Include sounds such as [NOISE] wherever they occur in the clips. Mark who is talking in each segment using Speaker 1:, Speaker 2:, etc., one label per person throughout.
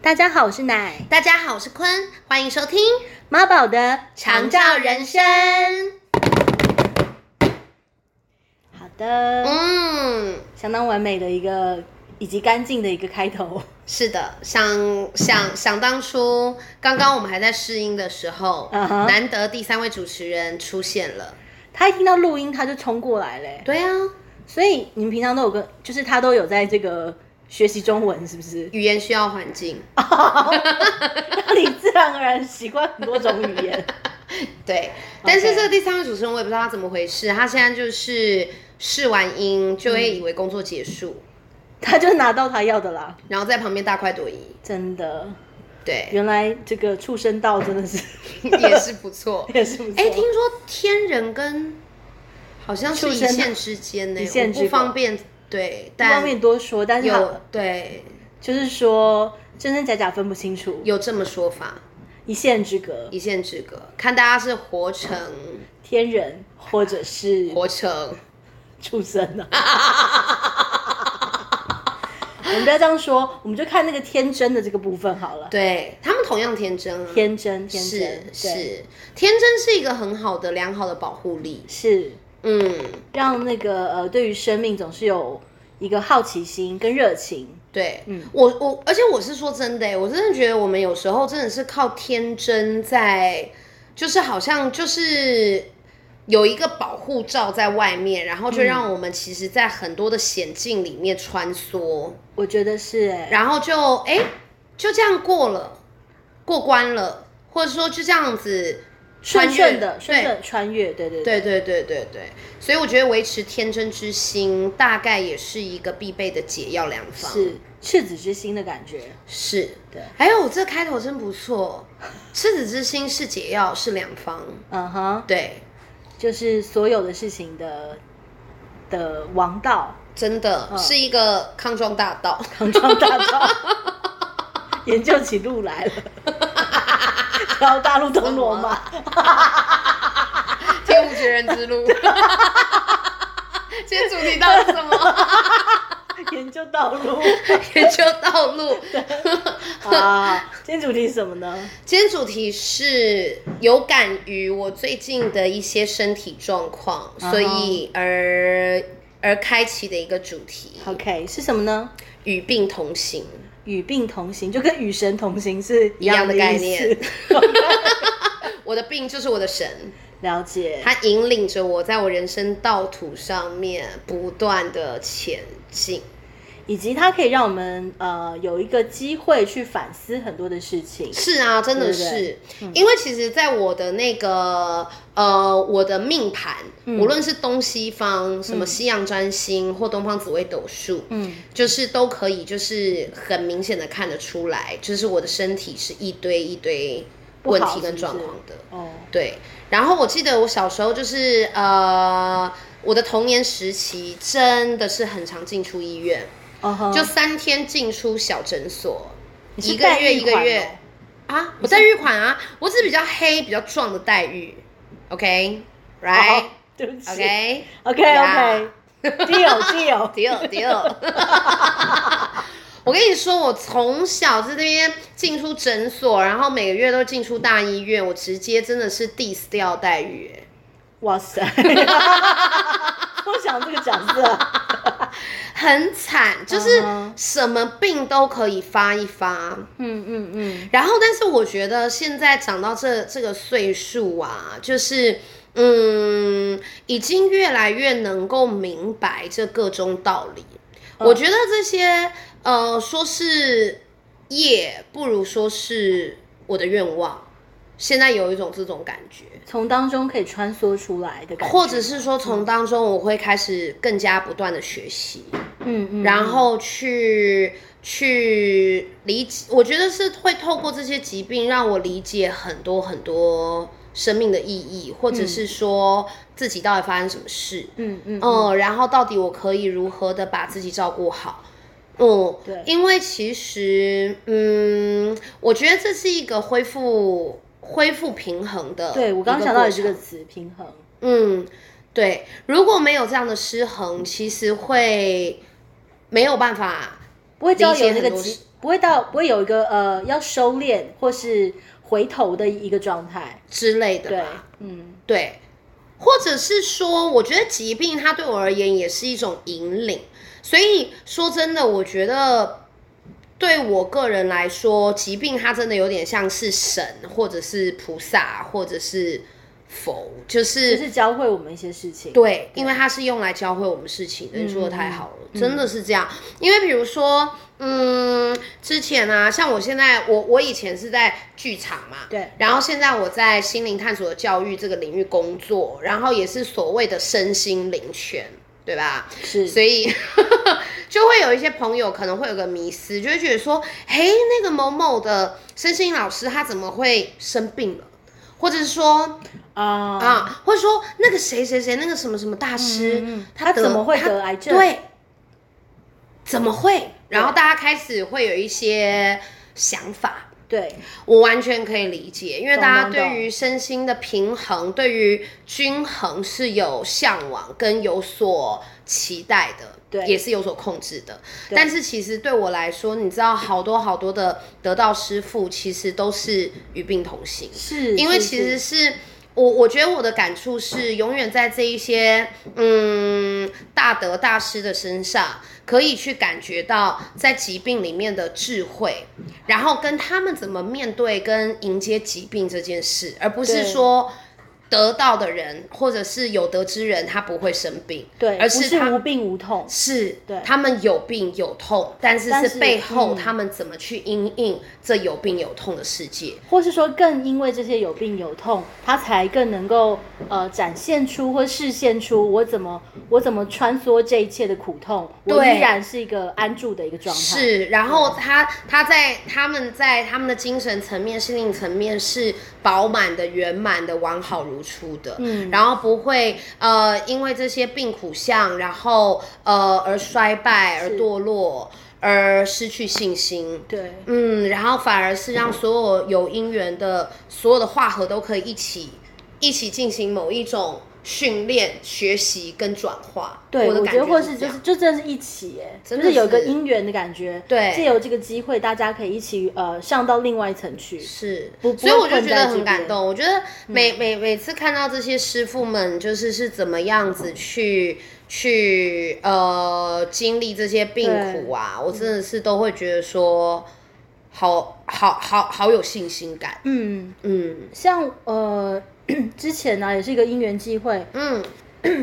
Speaker 1: 大家好，我是奶
Speaker 2: 大家好，我是坤，欢迎收听《
Speaker 1: 妈宝的
Speaker 2: 长照人生》。
Speaker 1: 好的，
Speaker 2: 嗯，
Speaker 1: 相当完美的一个以及干净的一个开头。
Speaker 2: 是的，想想想当初，刚刚我们还在试音的时候
Speaker 1: 嗯哼
Speaker 2: 难得第三位主持人出现了。
Speaker 1: 他一听到录音，他就冲过来嘞。
Speaker 2: 对啊，
Speaker 1: 所以你们平常都有跟，就是他都有在这个学习中文，是不
Speaker 2: [LAUGHS]
Speaker 1: 是？
Speaker 2: 语言需要环境。
Speaker 1: 让你自然而然习惯很多种语言。
Speaker 2: 对，
Speaker 1: 哦
Speaker 2: 但是这个第三位主持人我也不知道他怎么回事，他现在就是试完音就会以为工作结束，
Speaker 1: 他就拿到他要的啦，
Speaker 2: 然后在旁边大快朵颐。
Speaker 1: 真的。
Speaker 2: 对， [LAUGHS]
Speaker 1: 原来这个畜生道真的是 [LAUGHS]
Speaker 2: 也是不错。
Speaker 1: 也是不错。
Speaker 2: 哎、听说天人跟好像是
Speaker 1: 畜
Speaker 2: 一
Speaker 1: 生
Speaker 2: 线之间呢、
Speaker 1: 一线
Speaker 2: 我
Speaker 1: 之
Speaker 2: 不
Speaker 1: 隔
Speaker 2: 方便对，
Speaker 1: 不方
Speaker 2: 但
Speaker 1: 便多说，但是
Speaker 2: 有
Speaker 1: 好
Speaker 2: 对
Speaker 1: 就是说真真假假分不清楚，
Speaker 2: 有这么说法，
Speaker 1: 一线之隔，
Speaker 2: 一线之隔，看大家是活成
Speaker 1: 天人或者是
Speaker 2: 活成，
Speaker 1: 畜生呢、啊？
Speaker 2: [LAUGHS]
Speaker 1: 我们不要这样说，我们就看那个天真的这个部分好了。
Speaker 2: 对他们同样天真啊，
Speaker 1: 天真，天
Speaker 2: 是
Speaker 1: 真，对
Speaker 2: 是天真是一个很好的良好的保护力，
Speaker 1: 是
Speaker 2: 嗯，
Speaker 1: 让那个呃，对于生命总是有一个好奇心跟热情。
Speaker 2: 对，
Speaker 1: 嗯
Speaker 2: 我我，而且我是说真的欸，我真的觉得我们有时候真的是靠天真在，就是好像就是有一个保护罩在外面，然后
Speaker 1: 嗯
Speaker 2: 就让我们其实，在很多的险境里面穿梭，
Speaker 1: 我觉得是哎、
Speaker 2: 然后就哎、就这样过了，过关了，或者说就这样子穿
Speaker 1: 顺
Speaker 2: 越
Speaker 1: 顺的
Speaker 2: 对
Speaker 1: 顺顺穿越，对对
Speaker 2: 对对对对对，所以我觉得维持天真之心，大概也是一个必备的解药良方。
Speaker 1: 是赤子之心的感觉。
Speaker 2: 是，
Speaker 1: 对。
Speaker 2: 还有这开头真不错，赤子之心是解药，是良方。
Speaker 1: 嗯哼，
Speaker 2: 对，
Speaker 1: 就是所有的事情的的王道，
Speaker 2: 真的、是一个康庄大道。
Speaker 1: 康庄大道， [LAUGHS] 研究起路来
Speaker 2: [LAUGHS]
Speaker 1: 了。然后大陆通罗马，
Speaker 2: [LAUGHS] 哦天无绝人之路。 [LAUGHS] 今天主题到底是什 [LAUGHS] 么？
Speaker 1: 研究道
Speaker 2: [LAUGHS]
Speaker 1: 路
Speaker 2: 研究道路。
Speaker 1: 啊。今天主题是什么呢？
Speaker 2: 今天主题是有感于我最近的一些身体状况，所以而而开启的一个主题，
Speaker 1: OK，是什么呢？
Speaker 2: 与病同行。
Speaker 1: 与病同行，就跟与神同行是一
Speaker 2: 样
Speaker 1: 的
Speaker 2: 的概
Speaker 1: 意思
Speaker 2: 念。 [LAUGHS] 我的病就是我的神。
Speaker 1: 了解，
Speaker 2: 它引领着我在我人生道途上面不断的前进。
Speaker 1: 以及它可以让我们呃有一个机会去反思很多的事情。
Speaker 2: 是啊，真的
Speaker 1: 对
Speaker 2: 是，嗯
Speaker 1: 不对
Speaker 2: 因为其实，在我的那个呃，我的命盘，无论是东西方，什么西洋占星或东方紫微斗数，
Speaker 1: 嗯，
Speaker 2: 就是都可以，就是很明显的看得出来，就是我的身体是一堆一堆
Speaker 1: 不好
Speaker 2: 问
Speaker 1: 是
Speaker 2: 题
Speaker 1: 不
Speaker 2: 跟
Speaker 1: 是
Speaker 2: 状况的。
Speaker 1: 哦，
Speaker 2: 对，然后我记得我小时候就是呃，我的童年时期真的是很常进出医院，
Speaker 1: 哦吼，
Speaker 2: 就三天进出小诊所，
Speaker 1: 你是
Speaker 2: 一个
Speaker 1: 代
Speaker 2: 月
Speaker 1: 孕
Speaker 2: 一个
Speaker 1: 款
Speaker 2: 月
Speaker 1: 哦
Speaker 2: 啊，我代孕款啊，我只是比较黑比较壮的待遇
Speaker 1: 哦
Speaker 2: ，OK，right，OK，、
Speaker 1: 对不起
Speaker 2: OK
Speaker 1: OK OK deal deal，
Speaker 2: deal deal [LAUGHS] 我跟你说，我从小在那边进出诊所，然后每个月都进出大医院，我直接真的是 diss 掉待遇、欸
Speaker 1: 哇塞，我想这个角色，
Speaker 2: 很惨，就是
Speaker 1: 嗯哼
Speaker 2: 什么病都可以发一发。
Speaker 1: 嗯嗯嗯，
Speaker 2: 然后，但是我觉得现在长到这这个岁数啊，就是嗯，已经越来越能够明白这各种道理。
Speaker 1: 嗯
Speaker 2: 我觉得这些呃，说是业，不如说是我的愿望。现在有一种这种感觉，
Speaker 1: 从当中可以穿梭出来的感觉，
Speaker 2: 或者是说从当中我会开始更加不断的学习。
Speaker 1: 嗯嗯，
Speaker 2: 然后去去理解，我觉得是会透过这些疾病让我理解很多很多生命的意义，或者是说自己到底发生什么事，
Speaker 1: 嗯嗯嗯
Speaker 2: 嗯，然后到底我可以如何的把自己照顾好。嗯，
Speaker 1: 对
Speaker 2: 因为其实，嗯，我觉得这是一个恢复恢复平衡的。
Speaker 1: 对我刚刚想到的这个词平衡，
Speaker 2: 嗯，对，如果没有这样的失衡，其实会没有办法
Speaker 1: 不会交
Speaker 2: 理解
Speaker 1: 有那
Speaker 2: 很
Speaker 1: 个
Speaker 2: 多
Speaker 1: 极
Speaker 2: 事
Speaker 1: 不会到不会有一个呃要收敛或是回头的一个状态。
Speaker 2: 之类的
Speaker 1: 对
Speaker 2: 吧。，
Speaker 1: 嗯，
Speaker 2: 对，或者是说，我觉得疾病它对我而言也是一种引领。所以说真的，我觉得对我个人来说，疾病它真的有点像是神，或者是菩萨，或者是佛，就是
Speaker 1: 就是教会我们一些事情。
Speaker 2: 对，因为它是用来教会我们事情的。你说的太好了，真的是这样。因为比如说，嗯，之前啊，像我现在，我我以前是在剧场嘛，
Speaker 1: 对，
Speaker 2: 然后现在我在心灵探索的教育这个领域工作，然后也是所谓的身心灵权，对吧？
Speaker 1: 是，
Speaker 2: 所以 [LAUGHS] 就会有一些朋友可能会有个迷思，就会觉得说，嘿，那个某某的身心老师他怎么会生病了？或者是说
Speaker 1: 啊，
Speaker 2: 啊，或者说那个谁谁谁，那个什么什么大
Speaker 1: 嗯
Speaker 2: 师，
Speaker 1: 嗯嗯
Speaker 2: 他
Speaker 1: 他
Speaker 2: 得
Speaker 1: 怎么会
Speaker 2: 他
Speaker 1: 得癌症
Speaker 2: 对，嗯怎么会？然后大家开始会有一些想法，
Speaker 1: 对，
Speaker 2: 我完全可以理解，因为
Speaker 1: 懂
Speaker 2: 大家
Speaker 1: 懂
Speaker 2: 对
Speaker 1: 懂
Speaker 2: 于身心的平衡、对于均衡是有向往跟有所期待的，
Speaker 1: 对
Speaker 2: 也是有所控制的。
Speaker 1: 对
Speaker 2: 但是其实对我来说，你知道，好多好多的得道师傅其实都是与病同行，
Speaker 1: 是，
Speaker 2: 因为
Speaker 1: 是
Speaker 2: 其实是我，我觉得我的感触是，永远在这一些嗯大德大师的身上，可以去感觉到在疾病里面的智慧，然后跟他们怎么面对跟迎接疾病这件事，而不是
Speaker 1: 对
Speaker 2: 说。得到的人，或者是有德之人，他不会生病，
Speaker 1: 对，
Speaker 2: 而
Speaker 1: 不
Speaker 2: 是
Speaker 1: 是
Speaker 2: 他
Speaker 1: 无病无痛，
Speaker 2: 是，
Speaker 1: 对
Speaker 2: 他们有病有痛，但是
Speaker 1: 但
Speaker 2: 是
Speaker 1: 是
Speaker 2: 背后
Speaker 1: 嗯
Speaker 2: 他们怎么去因应这有病有痛的世界，
Speaker 1: 或是说更因为这些有病有痛，他才更能够呃展现出或示现出我怎么我怎么穿梭这一切的苦痛，我
Speaker 2: 对
Speaker 1: 依然是一个安住的一个状态。，嗯
Speaker 2: 是，然后他他在他们在他们的精神层面、心灵层面是饱满的、圆满的、完好如初的，
Speaker 1: 嗯
Speaker 2: 然后不会呃因为这些病苦相，然后呃而衰败、而
Speaker 1: 是
Speaker 2: 堕落、而失去信心。
Speaker 1: 对，
Speaker 2: 嗯，然后反而是让所有有因缘的所有的化合都可以一起一起进行某一种训练、学习跟转化。
Speaker 1: 对，
Speaker 2: 我的
Speaker 1: 我
Speaker 2: 感
Speaker 1: 觉得或是就
Speaker 2: 这样
Speaker 1: 是就真的是一起耶，
Speaker 2: 真
Speaker 1: 就
Speaker 2: 的
Speaker 1: 是有
Speaker 2: 是
Speaker 1: 个姻缘的感觉。
Speaker 2: 对
Speaker 1: 借由这个机会，大家可以一起呃上到另外一层去。
Speaker 2: 是，
Speaker 1: 不
Speaker 2: 所以
Speaker 1: 不会
Speaker 2: 我就
Speaker 1: 困
Speaker 2: 觉
Speaker 1: 在
Speaker 2: 得
Speaker 1: 这
Speaker 2: 很感
Speaker 1: 边嗯
Speaker 2: 动。我觉得每、每每次看到这些师傅们，就是是怎么样子去去呃经历这些病苦啊，我真的是都会觉得说，好好好好有信心感。
Speaker 1: 嗯，
Speaker 2: 嗯
Speaker 1: 像呃 [CLEARS THROAT] 之前呢、也是一个因缘机会，
Speaker 2: 嗯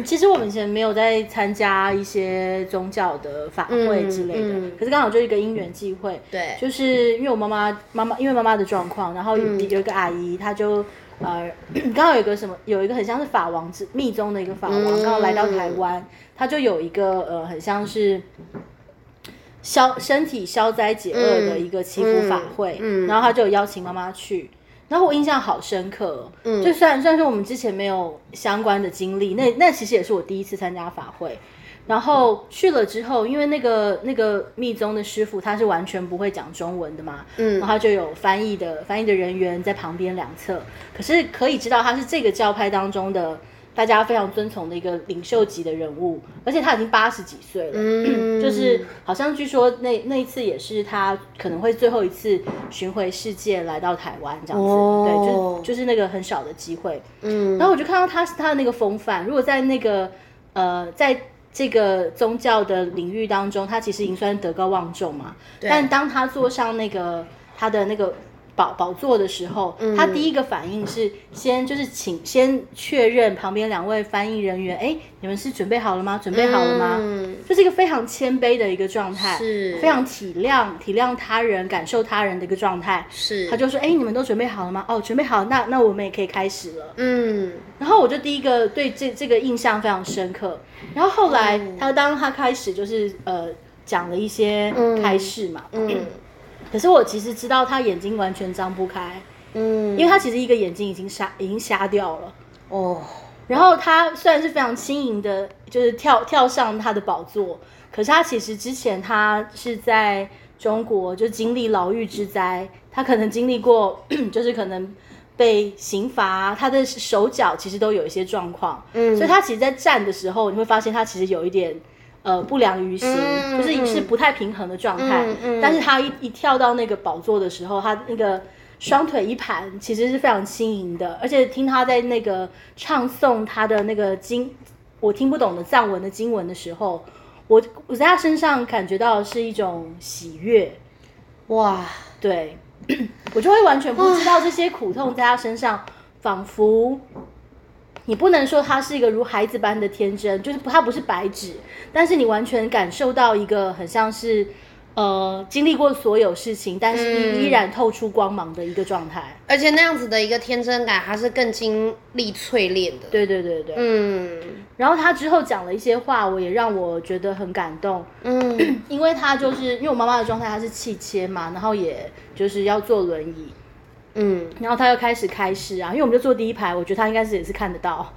Speaker 1: 其实我们以前没有在参加一些宗教的法会之类的，
Speaker 2: 嗯嗯
Speaker 1: 可是刚好就一个因缘际会，
Speaker 2: 对
Speaker 1: 就是因为我妈妈妈妈因为妈妈的状况，然后有、
Speaker 2: 嗯
Speaker 1: 有一个阿姨，她就呃 [COUGHS] 刚好有一个什么有一个很像是法王之密宗的一个法王，
Speaker 2: 嗯
Speaker 1: 刚好来到台湾，她就有一个呃很像是。消身体消灾解厄的一个祈福法会，
Speaker 2: 嗯嗯嗯
Speaker 1: 然后她就有邀请妈妈去，然后我印象好深刻哦、
Speaker 2: 嗯
Speaker 1: 就虽然虽然说我们之前没有相关的经历，那那其实也是我第一次参加法会。然后去了之后，因为那个那个密宗的师傅他是完全不会讲中文的嘛，
Speaker 2: 嗯
Speaker 1: 然后就有翻译的翻译的人员在旁边两侧，可是可以知道他是这个教派当中的大家非常尊崇的一个领袖级的人物，而且他已经八十几岁了，
Speaker 2: 嗯，
Speaker 1: 就是好像据说那那一次也是他可能会最后一次巡回世界来到台湾这样子，
Speaker 2: 哦
Speaker 1: 对，就是就是那个很少的机会。
Speaker 2: 嗯
Speaker 1: 然后我就看到他他的那个风范，如果在那个呃在。这个宗教的领域当中，他其实已经算德高望重嘛。但当他坐上那个他的那个宝宝座的时候，
Speaker 2: 嗯
Speaker 1: 他第一个反应是先就是请先确认旁边两位翻译人员，哎，你们是准备好了吗？准备好了吗？
Speaker 2: 嗯
Speaker 1: 就是一个非常谦卑的一个状态，
Speaker 2: 是
Speaker 1: 非常体谅体谅他人、感受他人的一个状态。
Speaker 2: 是
Speaker 1: 他就说：“哎、你们都准备好了吗？哦，准备好，那那我们也可以开始了。
Speaker 2: 嗯”
Speaker 1: 然后我就第一个对这这个印象非常深刻。然后后来
Speaker 2: 嗯
Speaker 1: 他当他开始就是呃讲了一些
Speaker 2: 嗯
Speaker 1: 开示嘛，
Speaker 2: 嗯
Speaker 1: 可是我其实知道他眼睛完全张不开，
Speaker 2: 嗯，
Speaker 1: 因为他其实一个眼睛已经瞎已经瞎掉了。
Speaker 2: 哦
Speaker 1: 然后他虽然是非常轻盈的，就是跳跳上他的宝座，可是他其实之前他是在中国就经历牢狱之灾，他可能经历过， [CLEARS THROAT] 就是可能被刑罚，他的手脚其实都有一些状况，
Speaker 2: 嗯
Speaker 1: 所以他其实，在站的时候，你会发现他其实有一点呃不良于行，
Speaker 2: 嗯
Speaker 1: 就是
Speaker 2: 嗯
Speaker 1: 是不太平衡的状态。
Speaker 2: 嗯嗯
Speaker 1: 但是他一一跳到那个宝座的时候，他那个双腿一盘，其实是非常轻盈的。而且听他在那个唱诵他的那个经，我听不懂的藏文的经文的时候，我我在他身上感觉到的是一种喜悦，
Speaker 2: 哇，
Speaker 1: 对 [CLEARS THROAT] 我就会完全不知道这些苦痛在他身上，仿佛你不能说他是一个如孩子般的天真，就是他不是白纸，但是你完全感受到一个很像是呃经历过所有事情，但是依
Speaker 2: 嗯
Speaker 1: 依然透出光芒的一个状态。
Speaker 2: 而且那样子的一个天真感，它是更经历淬炼的。
Speaker 1: 对对对对，
Speaker 2: 嗯
Speaker 1: 然后他之后讲了一些话，我也让我觉得很感动，
Speaker 2: 嗯
Speaker 1: 因为他就是因为我妈妈的状态，她是气切嘛，然后也就是要坐轮椅， [LAUGHS]
Speaker 2: 嗯，
Speaker 1: 然后他又开始开始啊，因为我们就坐第一排，我觉得他应该是也是看得到。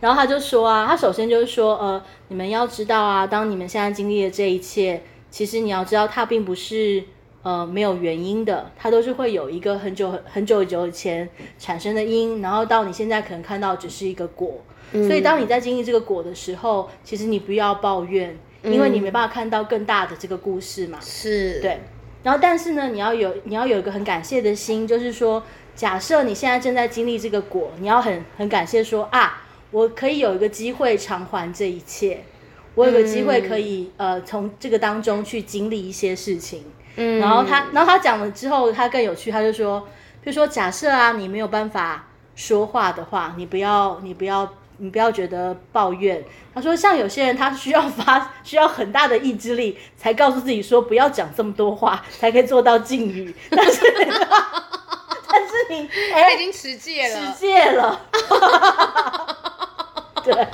Speaker 1: 然后他就说啊，他首先就是说，呃，你们要知道啊，当你们现在经历的这一切，其实你要知道，它并不是呃没有原因的，它都是会有一个很久很很久很久以前产生的因，然后到你现在可能看到只是一个果。所以当你在经历这个果的时候，其实你不要抱怨，因为你没办法看到更大的这个故事嘛。
Speaker 2: 是
Speaker 1: 对，然后但是呢，你要有你要有一个很感谢的心，就是说，假设你现在正在经历这个果，你要很很感谢说啊，我可以有一个机会偿还这一切，我有个机会可以、呃从这个当中去经历一些事情。
Speaker 2: 嗯
Speaker 1: 然后他，然后他讲了之后，他更有趣，他就说，就说假设啊，你没有办法说话的话，你不要，你不要，你不要觉得抱怨。他说，像有些人，他需要发，需要很大的意志力，才告诉自己说不要讲这么多话，才可以做到禁语。 [LAUGHS] 但是，但是你
Speaker 2: 他
Speaker 1: 哎
Speaker 2: 已，经持戒
Speaker 1: 实
Speaker 2: 了，
Speaker 1: 践了， [LAUGHS] 对。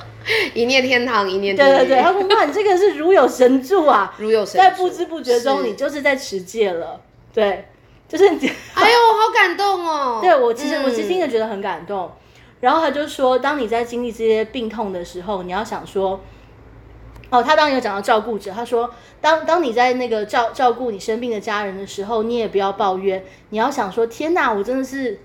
Speaker 2: 一念天堂，一念地狱，
Speaker 1: 对对对，他说：“哇，你这个是如有神助啊，
Speaker 2: 如有神助
Speaker 1: 在不知不觉中，
Speaker 2: 是
Speaker 1: 你就是在持戒了。对，就是你。 [LAUGHS]
Speaker 2: 哎呦，我好感动哦！
Speaker 1: 对我其实、我其实
Speaker 2: 嗯
Speaker 1: 听着觉得很感动。然后他就说，当你在经历这些病痛的时候，你要想说，哦，他当然有讲到照顾者，他说，当当你在那个照照顾你生病的家人的时候，你也不要抱怨，你要想说，天哪，我真的是。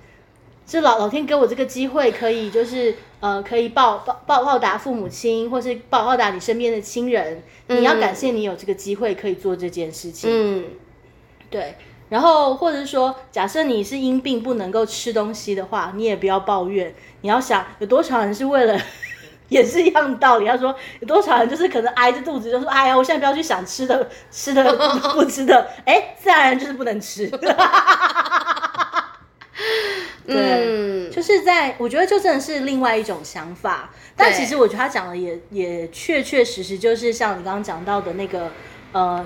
Speaker 1: 这老老天给我这个机会，可以就是呃，可以报报报报答父母亲，或是报报答你身边的亲人。你要感谢你有这个机会可以做这件事情。
Speaker 2: 嗯
Speaker 1: 对，然后或者是说，假设你是因病不能够吃东西的话，你也不要抱怨，你要想有多少人是为了。 [LAUGHS] 也是一样的道理。他说，有多少人就是可能挨着肚子，就说：“哎呀，我现在不要去想吃的，吃的不吃的。”哎，自然而然就是不能吃。 [LAUGHS] 对
Speaker 2: 嗯，
Speaker 1: 就是在我觉得就真的是另外一种想法。但
Speaker 2: 对
Speaker 1: 其实我觉得他讲的也也确确实实就是像你刚刚讲到的那个呃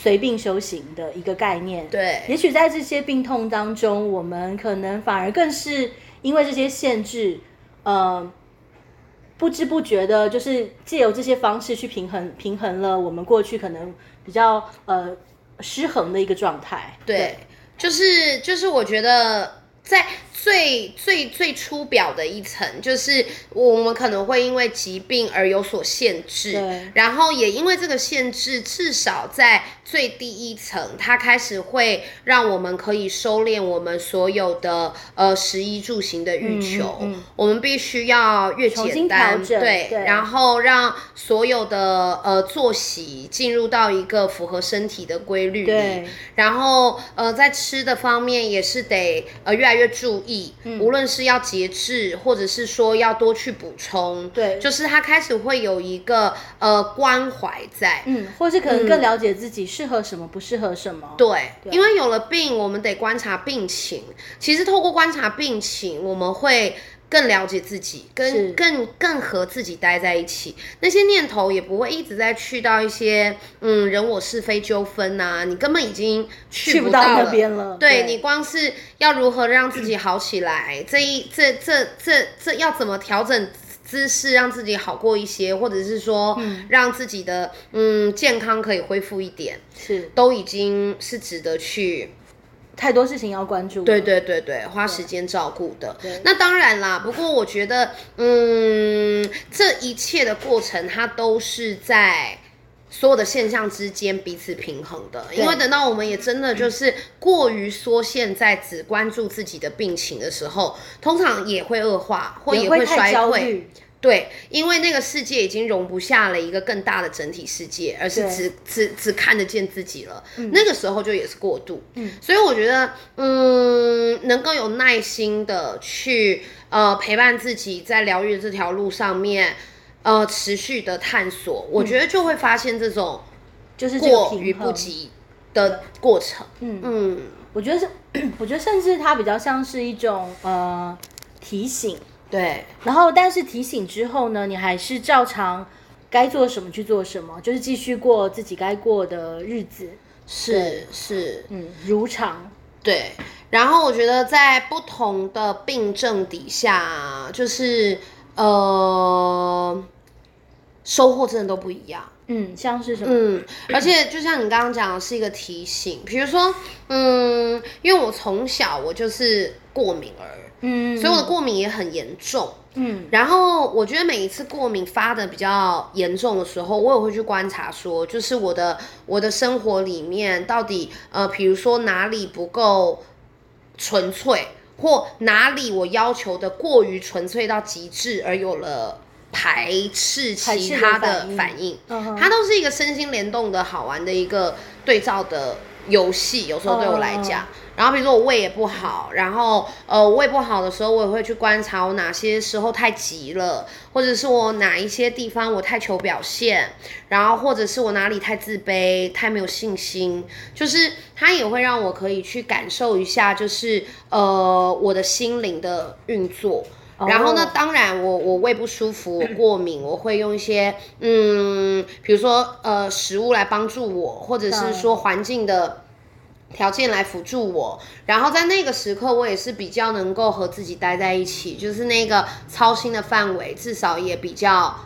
Speaker 1: 随病修行的一个概念。也
Speaker 2: 对，
Speaker 1: 许在这些病痛当中，我们可能反而更是因为这些限制，呃，不知不觉的，就是借由这些方式去平衡平衡了我们过去可能比较呃失衡的一个状态。
Speaker 2: 对，就是就是，我觉得在最最最初表的一层，就是我们可能会因为疾病而有所限
Speaker 1: 对
Speaker 2: 制，然后也因为这个限制，至少在最低一层，它开始会让我们可以收敛我们所有的呃食衣住行的欲求，
Speaker 1: 嗯嗯嗯
Speaker 2: 我们必须要越
Speaker 1: 重新
Speaker 2: 简单，
Speaker 1: 调整
Speaker 2: 对，
Speaker 1: 对
Speaker 2: 然后让所有的呃作息进入到一个符合身体的规律里
Speaker 1: 对。
Speaker 2: 然后呃，在吃的方面也是得呃越来越注意，无论是要节制，或者是说要多去补充，
Speaker 1: 对
Speaker 2: 就是他开始会有一个呃关怀在。
Speaker 1: 嗯，或是可能更了解自己适合什么，不适合什么。
Speaker 2: 对，
Speaker 1: 啊
Speaker 2: 因为有了病，我们得观察病情。其实透过观察病情，我们会更了解自己，
Speaker 1: 是
Speaker 2: 跟更更和自己待在一起。那些念头也不会一直在去到一些嗯人我是非纠纷呐、你根本已经去
Speaker 1: 去
Speaker 2: 不
Speaker 1: 不到那
Speaker 2: 了
Speaker 1: 边了
Speaker 2: 对
Speaker 1: 对
Speaker 2: 你光是要如何让自己好起来，这一这这这这要怎么调整？姿势让自己好过一些，或者是说让自己的嗯健康可以恢复一点，
Speaker 1: 是
Speaker 2: 都已经是值得去，
Speaker 1: 太多事情要关注。
Speaker 2: 对，对对对，花时间照顾的。那当然啦，不过我觉得，嗯，这一切的过程，它都是在。所有的现象之间彼此平衡的，因为等到我们也真的就是过于缩限在只关注自己的病情的时候，通常也会恶化，或
Speaker 1: 也
Speaker 2: 会
Speaker 1: 太
Speaker 2: 衰
Speaker 1: 焦
Speaker 2: 退，
Speaker 1: 虑。
Speaker 2: 对，因为那个世界已经容不下了一个更大的整体世界，而是
Speaker 1: 对嗯
Speaker 2: 只只只看得见自己了。那个时候就也是过度，嗯，所以我觉得，嗯，能够有耐心的去呃陪伴自己在疗愈这条路上面，呃，持续的探索，我觉得就会发现这种
Speaker 1: 就是嗯这个
Speaker 2: 过与
Speaker 1: 平
Speaker 2: 不
Speaker 1: 衡。
Speaker 2: 及的过程。
Speaker 1: 嗯
Speaker 2: 嗯
Speaker 1: 我觉得是， [CLEARS THROAT] 我觉得甚至它比较像是一种呃提醒，
Speaker 2: 对，
Speaker 1: 然后但是提醒之后呢，你还是照常该做什么去做什么，就是继续过自己该过的日子，
Speaker 2: 是是，
Speaker 1: 嗯，如常。
Speaker 2: 对，然后我觉得在不同的病症底下，就是呃，收获真的都不一样。
Speaker 1: 嗯，像是什么？
Speaker 2: 嗯，而且就像你刚刚讲的，是一个提醒。比如说，嗯，因为我从小我就是过敏儿，
Speaker 1: 嗯，
Speaker 2: 所以我的过敏也很严重。
Speaker 1: 嗯
Speaker 2: 然后我觉得每一次过敏发的比较严重的时候，我也会去观察说，就是我的我的生活里面到底呃，比如说哪里不够纯粹，或哪里我要求的过于纯粹到极致，而有了排斥
Speaker 1: 排斥
Speaker 2: 其
Speaker 1: 的
Speaker 2: 他的
Speaker 1: 反应
Speaker 2: 反应。
Speaker 1: 嗯哼
Speaker 2: 它都是一个身心联动的好玩的一个对照的游戏，有时候对我来讲。
Speaker 1: 哦
Speaker 2: 然后比如呃说我胃也不好，然后呃我胃不好的时候，我也会去观察我哪些时候太急了，或者是我哪一些地方我太求表现，然后或者是我哪里太自卑、太没有信心，就是它也会让我可以去感受一下，就是呃我的心灵的运作。然后呢
Speaker 1: 哦？
Speaker 2: 当然我，我胃不舒服，我过敏，我会用一些嗯，比如说呃食物来帮助我，或者是
Speaker 1: 懂
Speaker 2: 说环境的条件来辅助我。然后在那个时刻，我也是比较能够和自己待在一起，就是那个操心的范围至少也比较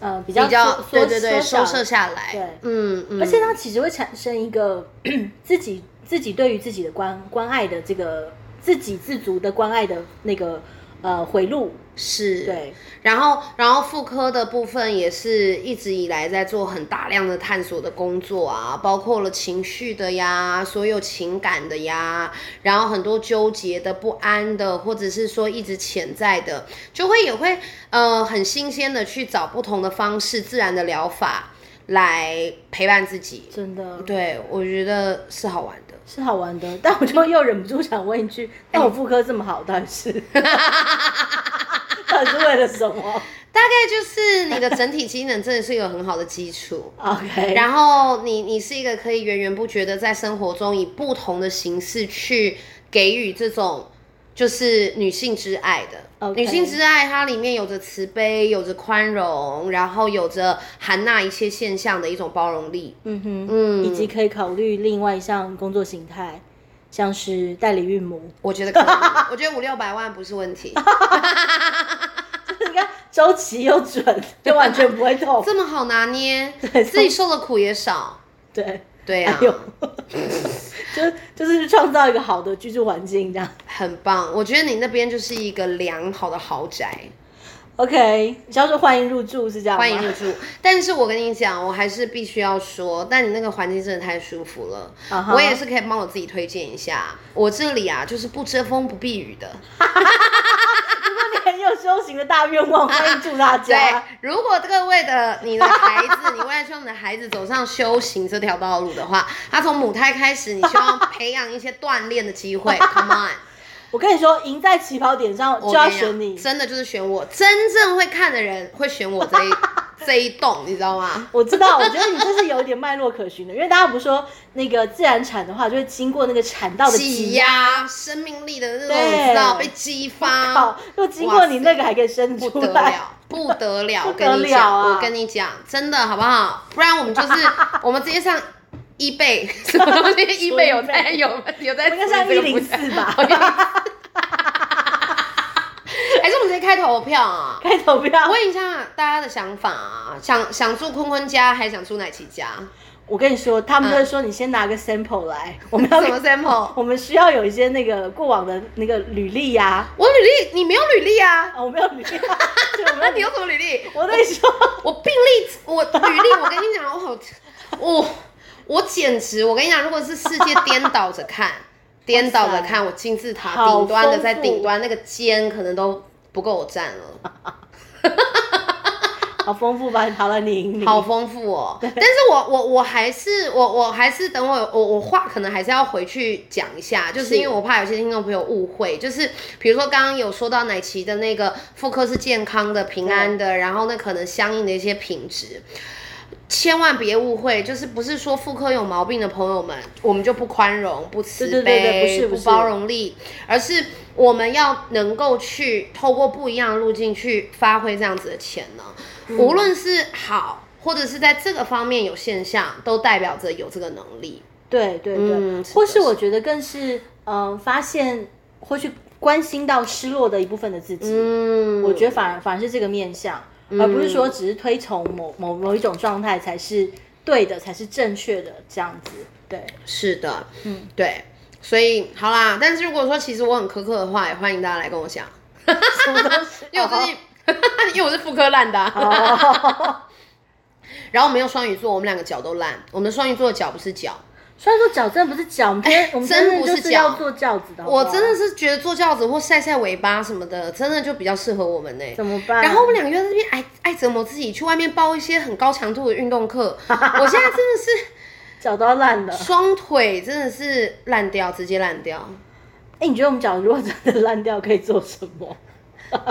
Speaker 1: 呃，比较
Speaker 2: 比较
Speaker 1: 缩缩
Speaker 2: 对对对
Speaker 1: 缩
Speaker 2: 收
Speaker 1: 小
Speaker 2: 摄下来。
Speaker 1: 对
Speaker 2: 嗯嗯，
Speaker 1: 而且它其实会产生一个 [CLEARS THROAT] 自己自己对于自己的关关爱的这个自给自足的关爱的那个呃回路，
Speaker 2: 是
Speaker 1: 对，
Speaker 2: 然后，然后妇科的部分也是一直以来在做很大量的探索的工作啊，包括了情绪的呀，所有情感的呀，然后很多纠结的、不安的，或者是说一直潜在的，就会也会呃很新鲜的去找不同的方式、自然的疗法来陪伴自己。
Speaker 1: 真的
Speaker 2: 对，我觉得是好玩的。
Speaker 1: 是好玩的。但我就又忍不住想问一句：那我妇科这么好，到底是到底是为了什么
Speaker 2: 大概就是你的整体机能真的是有很好的基础。
Speaker 1: ？OK，
Speaker 2: 然后你你是一个可以源源不绝的在生活中以不同的形式去给予这种就是女性之爱的。
Speaker 1: OK
Speaker 2: 女性之爱它里面有着慈悲，有着宽容，然后有着含纳一切现象的一种包容力。
Speaker 1: 嗯哼，
Speaker 2: 嗯，
Speaker 1: 以及可以考虑另外一项工作形态，像是代理孕母。 [LAUGHS]
Speaker 2: 我觉得可以，我觉得五六百万不是问题。
Speaker 1: 哦你看周期又准，就完全不会痛。
Speaker 2: 这么好拿捏，
Speaker 1: 对
Speaker 2: 自己受的苦也少。
Speaker 1: 对，
Speaker 2: 对啊
Speaker 1: 哎，呦，就就是创造一个好的居住环境这样。
Speaker 2: 很棒。我觉得你那边就是一个良好的豪宅。
Speaker 1: OK，你要说欢迎入住是这样吗 [LAUGHS]
Speaker 2: 欢迎入住。但是我跟你讲，我还是必须要说，但你那个环境真的太舒服了。
Speaker 1: 啊哈
Speaker 2: 我也是可以帮我自己推荐一下，我这里啊就是不遮风不避雨的。
Speaker 1: 如果你很有修行的大愿望，欢迎住大
Speaker 2: 对
Speaker 1: 家。，
Speaker 2: 如果各位的你的孩子， [LAUGHS] 你未来希望你的孩子走上修行这条道路的话，他从母胎开始，你希望培养一些锻炼的机会。
Speaker 1: [LAUGHS]
Speaker 2: Come on。
Speaker 1: 我跟你说，赢在起跑点上就
Speaker 2: 我
Speaker 1: 要
Speaker 2: 跟
Speaker 1: 选
Speaker 2: 你
Speaker 1: 你
Speaker 2: 讲，。真的就是选我，真正会看的人会选
Speaker 1: [LAUGHS]
Speaker 2: 我这一这一栋，你知道吗？
Speaker 1: 我知道，我觉得你这是有一点脉络可循的，因为大家不是说那个自然产的话，就会经过那个产道的
Speaker 2: 挤
Speaker 1: 压，
Speaker 2: 压、生命力的那种，
Speaker 1: 对
Speaker 2: 你知道被激
Speaker 1: [LAUGHS]
Speaker 2: 发
Speaker 1: 好，，又哦经过你那个还可以生
Speaker 2: 不
Speaker 1: 出
Speaker 2: 得
Speaker 1: 来。
Speaker 2: 了， [LAUGHS] 不得了！
Speaker 1: 不
Speaker 2: 我
Speaker 1: 得
Speaker 2: 跟你
Speaker 1: 了
Speaker 2: 讲，
Speaker 1: 啊
Speaker 2: 我跟你讲，真的好不好？不然我们就是
Speaker 1: [LAUGHS]
Speaker 2: 我们直接上。一倍，什么东西？一倍有在有有在
Speaker 1: 我应该上
Speaker 2: 注意这个
Speaker 1: 104
Speaker 2: 不
Speaker 1: 吧
Speaker 2: 我跟你 [LAUGHS] 还是我们直接开投票啊？
Speaker 1: 开投票，我
Speaker 2: 问一下大家的想法啊，想想住坤坤家，还想住奶琪
Speaker 1: [LAUGHS]
Speaker 2: 家？
Speaker 1: 我跟你说，他们就会说你先拿个 sample 来，我
Speaker 2: [LAUGHS]
Speaker 1: 们要
Speaker 2: 什么 sample？
Speaker 1: 我们需要有一些那个过往的那个履历呀、 [LAUGHS]
Speaker 2: 我履历，你没有履历啊？
Speaker 1: 啊，我没有履历、啊，对，我没
Speaker 2: 那
Speaker 1: 有
Speaker 2: 你
Speaker 1: 履历。
Speaker 2: [LAUGHS] 有什么履历？
Speaker 1: 我跟你说，
Speaker 2: 我病历，我履历，我跟你讲，我好，我我简直，我跟你讲，如果是世界颠倒着看，颠倒着看，我金字塔
Speaker 1: 好
Speaker 2: 顶端的在
Speaker 1: 丰富啊
Speaker 2: 顶端那个尖可能都不够我站了。
Speaker 1: 好丰富吧？好了，你赢你
Speaker 2: 好丰富哦。但是我我我还是我我还是等我我我话可能还是要回去讲一下，就是
Speaker 1: 是
Speaker 2: 因为我怕有些听众朋友误会，就是比如说刚刚有说到奶奇的那个妇科是健康的、平安的，然后那可能相应的一些品质。千万别误会，就是不是说妇科有毛病的朋友们，我们就不宽容、不慈
Speaker 1: 对
Speaker 2: 悲、
Speaker 1: 对对对不是不是
Speaker 2: 包容力，而是我们要能够去透过不一样的路径去发挥这样子的潜能，
Speaker 1: 嗯
Speaker 2: 无论是好。或者是在这个方面有现象，都代表着有这个能力。
Speaker 1: 对对对，
Speaker 2: 嗯是的
Speaker 1: 或
Speaker 2: 是
Speaker 1: 是
Speaker 2: 的
Speaker 1: 我觉得更是嗯、呃发现或去关心到失落的一部分的自己。
Speaker 2: 嗯，
Speaker 1: 我觉得反而反而是这个面向，而不是说只是推崇某某某一种状态才是对的，才是正确的这样子。对， [LAUGHS]
Speaker 2: 是的，嗯，对，所以好啦。但是如果说其实我很苛刻的话，也欢迎大家来跟我讲，
Speaker 1: 什么东西？
Speaker 2: 因为我最近， [LAUGHS] 因为我是妇科烂的啊、
Speaker 1: 哦
Speaker 2: 然后我们用双鱼座，我们两个脚都烂。我们双鱼座的脚不是脚，
Speaker 1: 虽然说矫正不是矫，我们今天我们
Speaker 2: 哎真
Speaker 1: 真的
Speaker 2: 不
Speaker 1: 就是是
Speaker 2: 矫
Speaker 1: 要做教子的好不好
Speaker 2: 我真的是觉得坐轿子或晒晒尾巴什么的，真的就比较适合我们呢、
Speaker 1: 怎么办？
Speaker 2: 然后我们两个又在这边爱爱折磨自己，去外面报一些很高强度的运动课。
Speaker 1: [LAUGHS]
Speaker 2: 我现在真的是
Speaker 1: 脚都要烂了。
Speaker 2: 双腿真的是烂掉，直接烂掉，
Speaker 1: 哎、你觉得我们脚如果真的烂掉，可以做什么？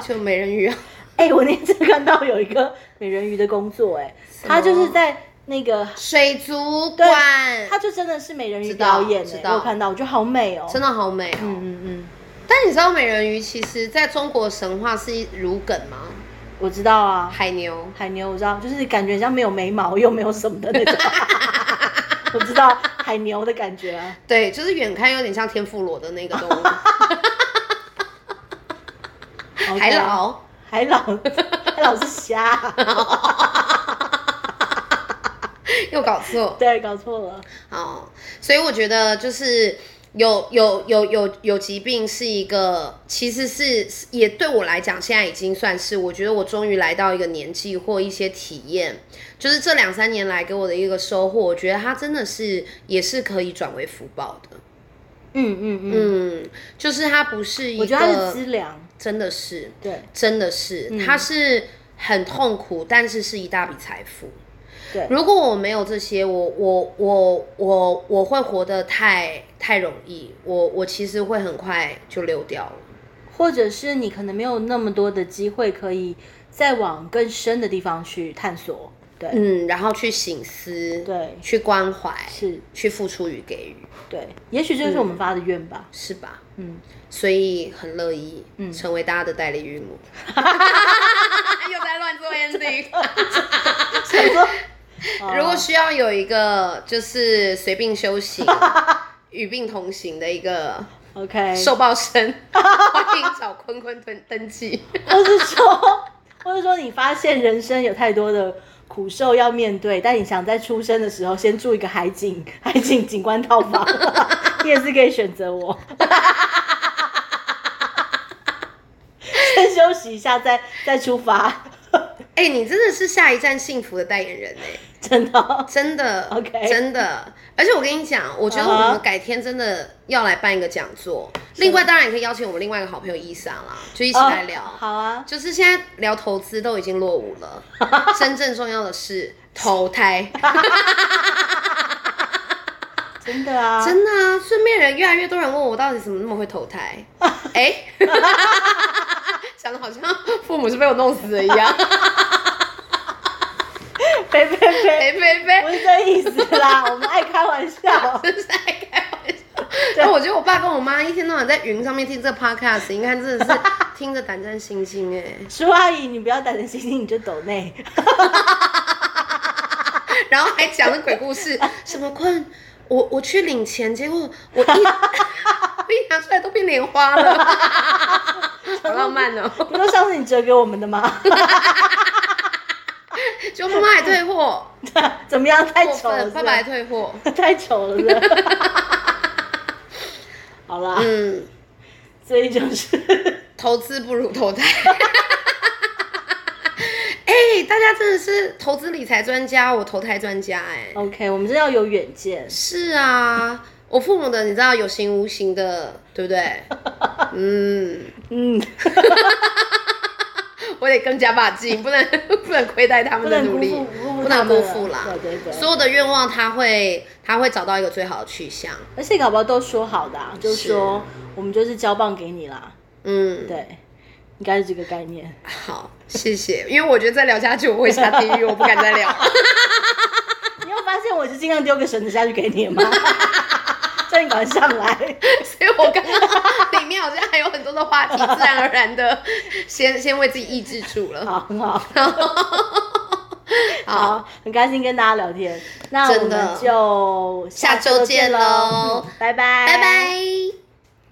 Speaker 2: 就美人鱼。
Speaker 1: 哎、我那天看到有一个美人鱼的工作、哎，他就是在那个，
Speaker 2: 水族馆
Speaker 1: 他就真的是美人鱼
Speaker 2: 知道
Speaker 1: 表演、
Speaker 2: 知
Speaker 1: 哎，
Speaker 2: 道
Speaker 1: 我有看到，我觉得好美哦、
Speaker 2: 真的好美哦、
Speaker 1: 嗯嗯嗯，
Speaker 2: 但你知道美人鱼其实在中国神话是乳梗吗？
Speaker 1: 我知道啊。
Speaker 2: 海牛。
Speaker 1: 海牛，我知道，就是感觉像没有眉毛又没有什么的那
Speaker 2: [LAUGHS]
Speaker 1: 种。我知道海牛的感觉啊，
Speaker 2: 对，就是远看有点像天妇罗的那个动物，海
Speaker 1: OK，
Speaker 2: 老。
Speaker 1: [LAUGHS] 海老，海老是虾，
Speaker 2: 又搞错
Speaker 1: 对，搞错了。
Speaker 2: 哦，所以我觉得就是有有有有有疾病是一个，其实是也对我来讲，现在已经算是我觉得我终于来到一个年纪或一些体验，就是这两三年来给我的一个收获，我觉得它真的是也是可以转为福报的，
Speaker 1: 嗯嗯嗯，
Speaker 2: 嗯，就是它不是一个，
Speaker 1: 我觉得它是嗯资粮，
Speaker 2: 真的是
Speaker 1: 对
Speaker 2: 真的是，它是很痛苦，但是是一大笔财富。
Speaker 1: 对
Speaker 2: 如果我没有这些，我我我我我会活得太太容易，我我其实会很快就溜掉了。
Speaker 1: 或者是你可能没有那么多的机会可以再往更深的地方去探索。对，
Speaker 2: 嗯，然后去醒思，
Speaker 1: 对
Speaker 2: 去关怀，
Speaker 1: 是，
Speaker 2: 去付出与给予，
Speaker 1: 对，也许这
Speaker 2: 嗯
Speaker 1: 就是我们发的愿吧。
Speaker 2: 是吧？
Speaker 1: 嗯，
Speaker 2: 所以很乐意，
Speaker 1: 嗯
Speaker 2: 成为大家的代理
Speaker 1: [LAUGHS]
Speaker 2: 孕母。又在乱做 ending。
Speaker 1: 哦所以说，
Speaker 2: [LAUGHS] 如果需要有一个就是随病
Speaker 1: [LAUGHS]
Speaker 2: 修行、与病同行的一个
Speaker 1: 哦 OK，
Speaker 2: 受报生，欢迎找坤坤登登记。
Speaker 1: [LAUGHS] 或是说，或是说你发现人生有太多的苦受要面对，但你想在出生的时候先住一个海景 [LAUGHS] 海景景观套房， [LAUGHS] 你也是可以选择我。先休息一下，再再出发，
Speaker 2: 哎、你真的是下一站幸福的代言人哎、
Speaker 1: 真的哦、
Speaker 2: 真的
Speaker 1: OK
Speaker 2: 真的。而且我跟你讲，我觉得我
Speaker 1: 啊
Speaker 2: 们改天真的要来办一个讲座。另外，当然也可以邀请我们另外一个好朋友伊莎啦，就一起来聊。
Speaker 1: 哦好啊，
Speaker 2: 就是现在聊投资都已经落伍
Speaker 1: [LAUGHS]
Speaker 2: 了，真正重要的是投胎。
Speaker 1: 真的啊，
Speaker 2: 真的啊，顺便人越来越多人问我到底怎么那么会投
Speaker 1: [LAUGHS]
Speaker 2: 胎，哎、 [LAUGHS] 讲的好像父母是被我弄死的
Speaker 1: [LAUGHS]
Speaker 2: 一样，
Speaker 1: [LAUGHS] 呸
Speaker 2: [LAUGHS]
Speaker 1: 呸呸，
Speaker 2: 哎菲
Speaker 1: 不
Speaker 2: 菲，
Speaker 1: 是这意思啦，我们爱开玩笑。 [LAUGHS]
Speaker 2: [LAUGHS] 真是在开玩笑。然后我觉得我爸跟我妈一天到晚在云上面听这 podcast，你看真的是听着胆战心惊哎、
Speaker 1: 舒阿姨，你不要胆战心惊，你就抖内。
Speaker 2: 然后还讲了鬼
Speaker 1: [LAUGHS]
Speaker 2: 故事，什么困，我我去领钱，结果我一 [LAUGHS] 我一拿出来都变莲
Speaker 1: [LAUGHS]
Speaker 2: 花了，好浪漫哦、
Speaker 1: 不是上次你折给我们的吗？
Speaker 2: 结果妈妈还退货，
Speaker 1: [LAUGHS] 怎么样？太
Speaker 2: 过
Speaker 1: 丑了是
Speaker 2: 分，
Speaker 1: 不是，
Speaker 2: 爸爸还退货。
Speaker 1: [LAUGHS] 太丑了是不是， [LAUGHS] 好啦，
Speaker 2: 嗯，
Speaker 1: 所以就是， [LAUGHS]
Speaker 2: 投资不如投胎。 [LAUGHS] 哎、大家真的是投资理财专家，我投胎专家哎、
Speaker 1: OK，我们真的要有远见，
Speaker 2: 是啊，我父母的你知道有形无
Speaker 1: [LAUGHS]
Speaker 2: 形的，对不对？嗯，
Speaker 1: 嗯，
Speaker 2: 嗯我得更加把劲，不能 [LAUGHS] 不能亏待他
Speaker 1: 不
Speaker 2: 们的
Speaker 1: 能
Speaker 2: 努
Speaker 1: 辜
Speaker 2: 力，
Speaker 1: 负，
Speaker 2: 不
Speaker 1: 不能
Speaker 2: 能辜负啦。
Speaker 1: 对对对，
Speaker 2: 所有的愿望他会他会找到一个最好的去向。
Speaker 1: 而且搞不好都说好的、啊，就是说我们就是交棒给你啦，
Speaker 2: 嗯，
Speaker 1: 对，应该是这个概念。
Speaker 2: 好，谢谢，因为我觉得再聊下去我会下地狱，我不敢再
Speaker 1: [LAUGHS]
Speaker 2: 聊。
Speaker 1: 你有发现我是尽量丢个绳子下去给你吗？ [LAUGHS] 叫你赶快上来。
Speaker 2: 所以我刚刚里面好像还有很多的话题，自然而然的先先为自己抑制住了。
Speaker 1: 好，很好，
Speaker 2: 好，
Speaker 1: 好，很开心跟大家聊天。那我
Speaker 2: 真的
Speaker 1: 们就
Speaker 2: 下周见
Speaker 1: 喽
Speaker 2: 喽，
Speaker 1: 嗯拜拜，
Speaker 2: 拜拜。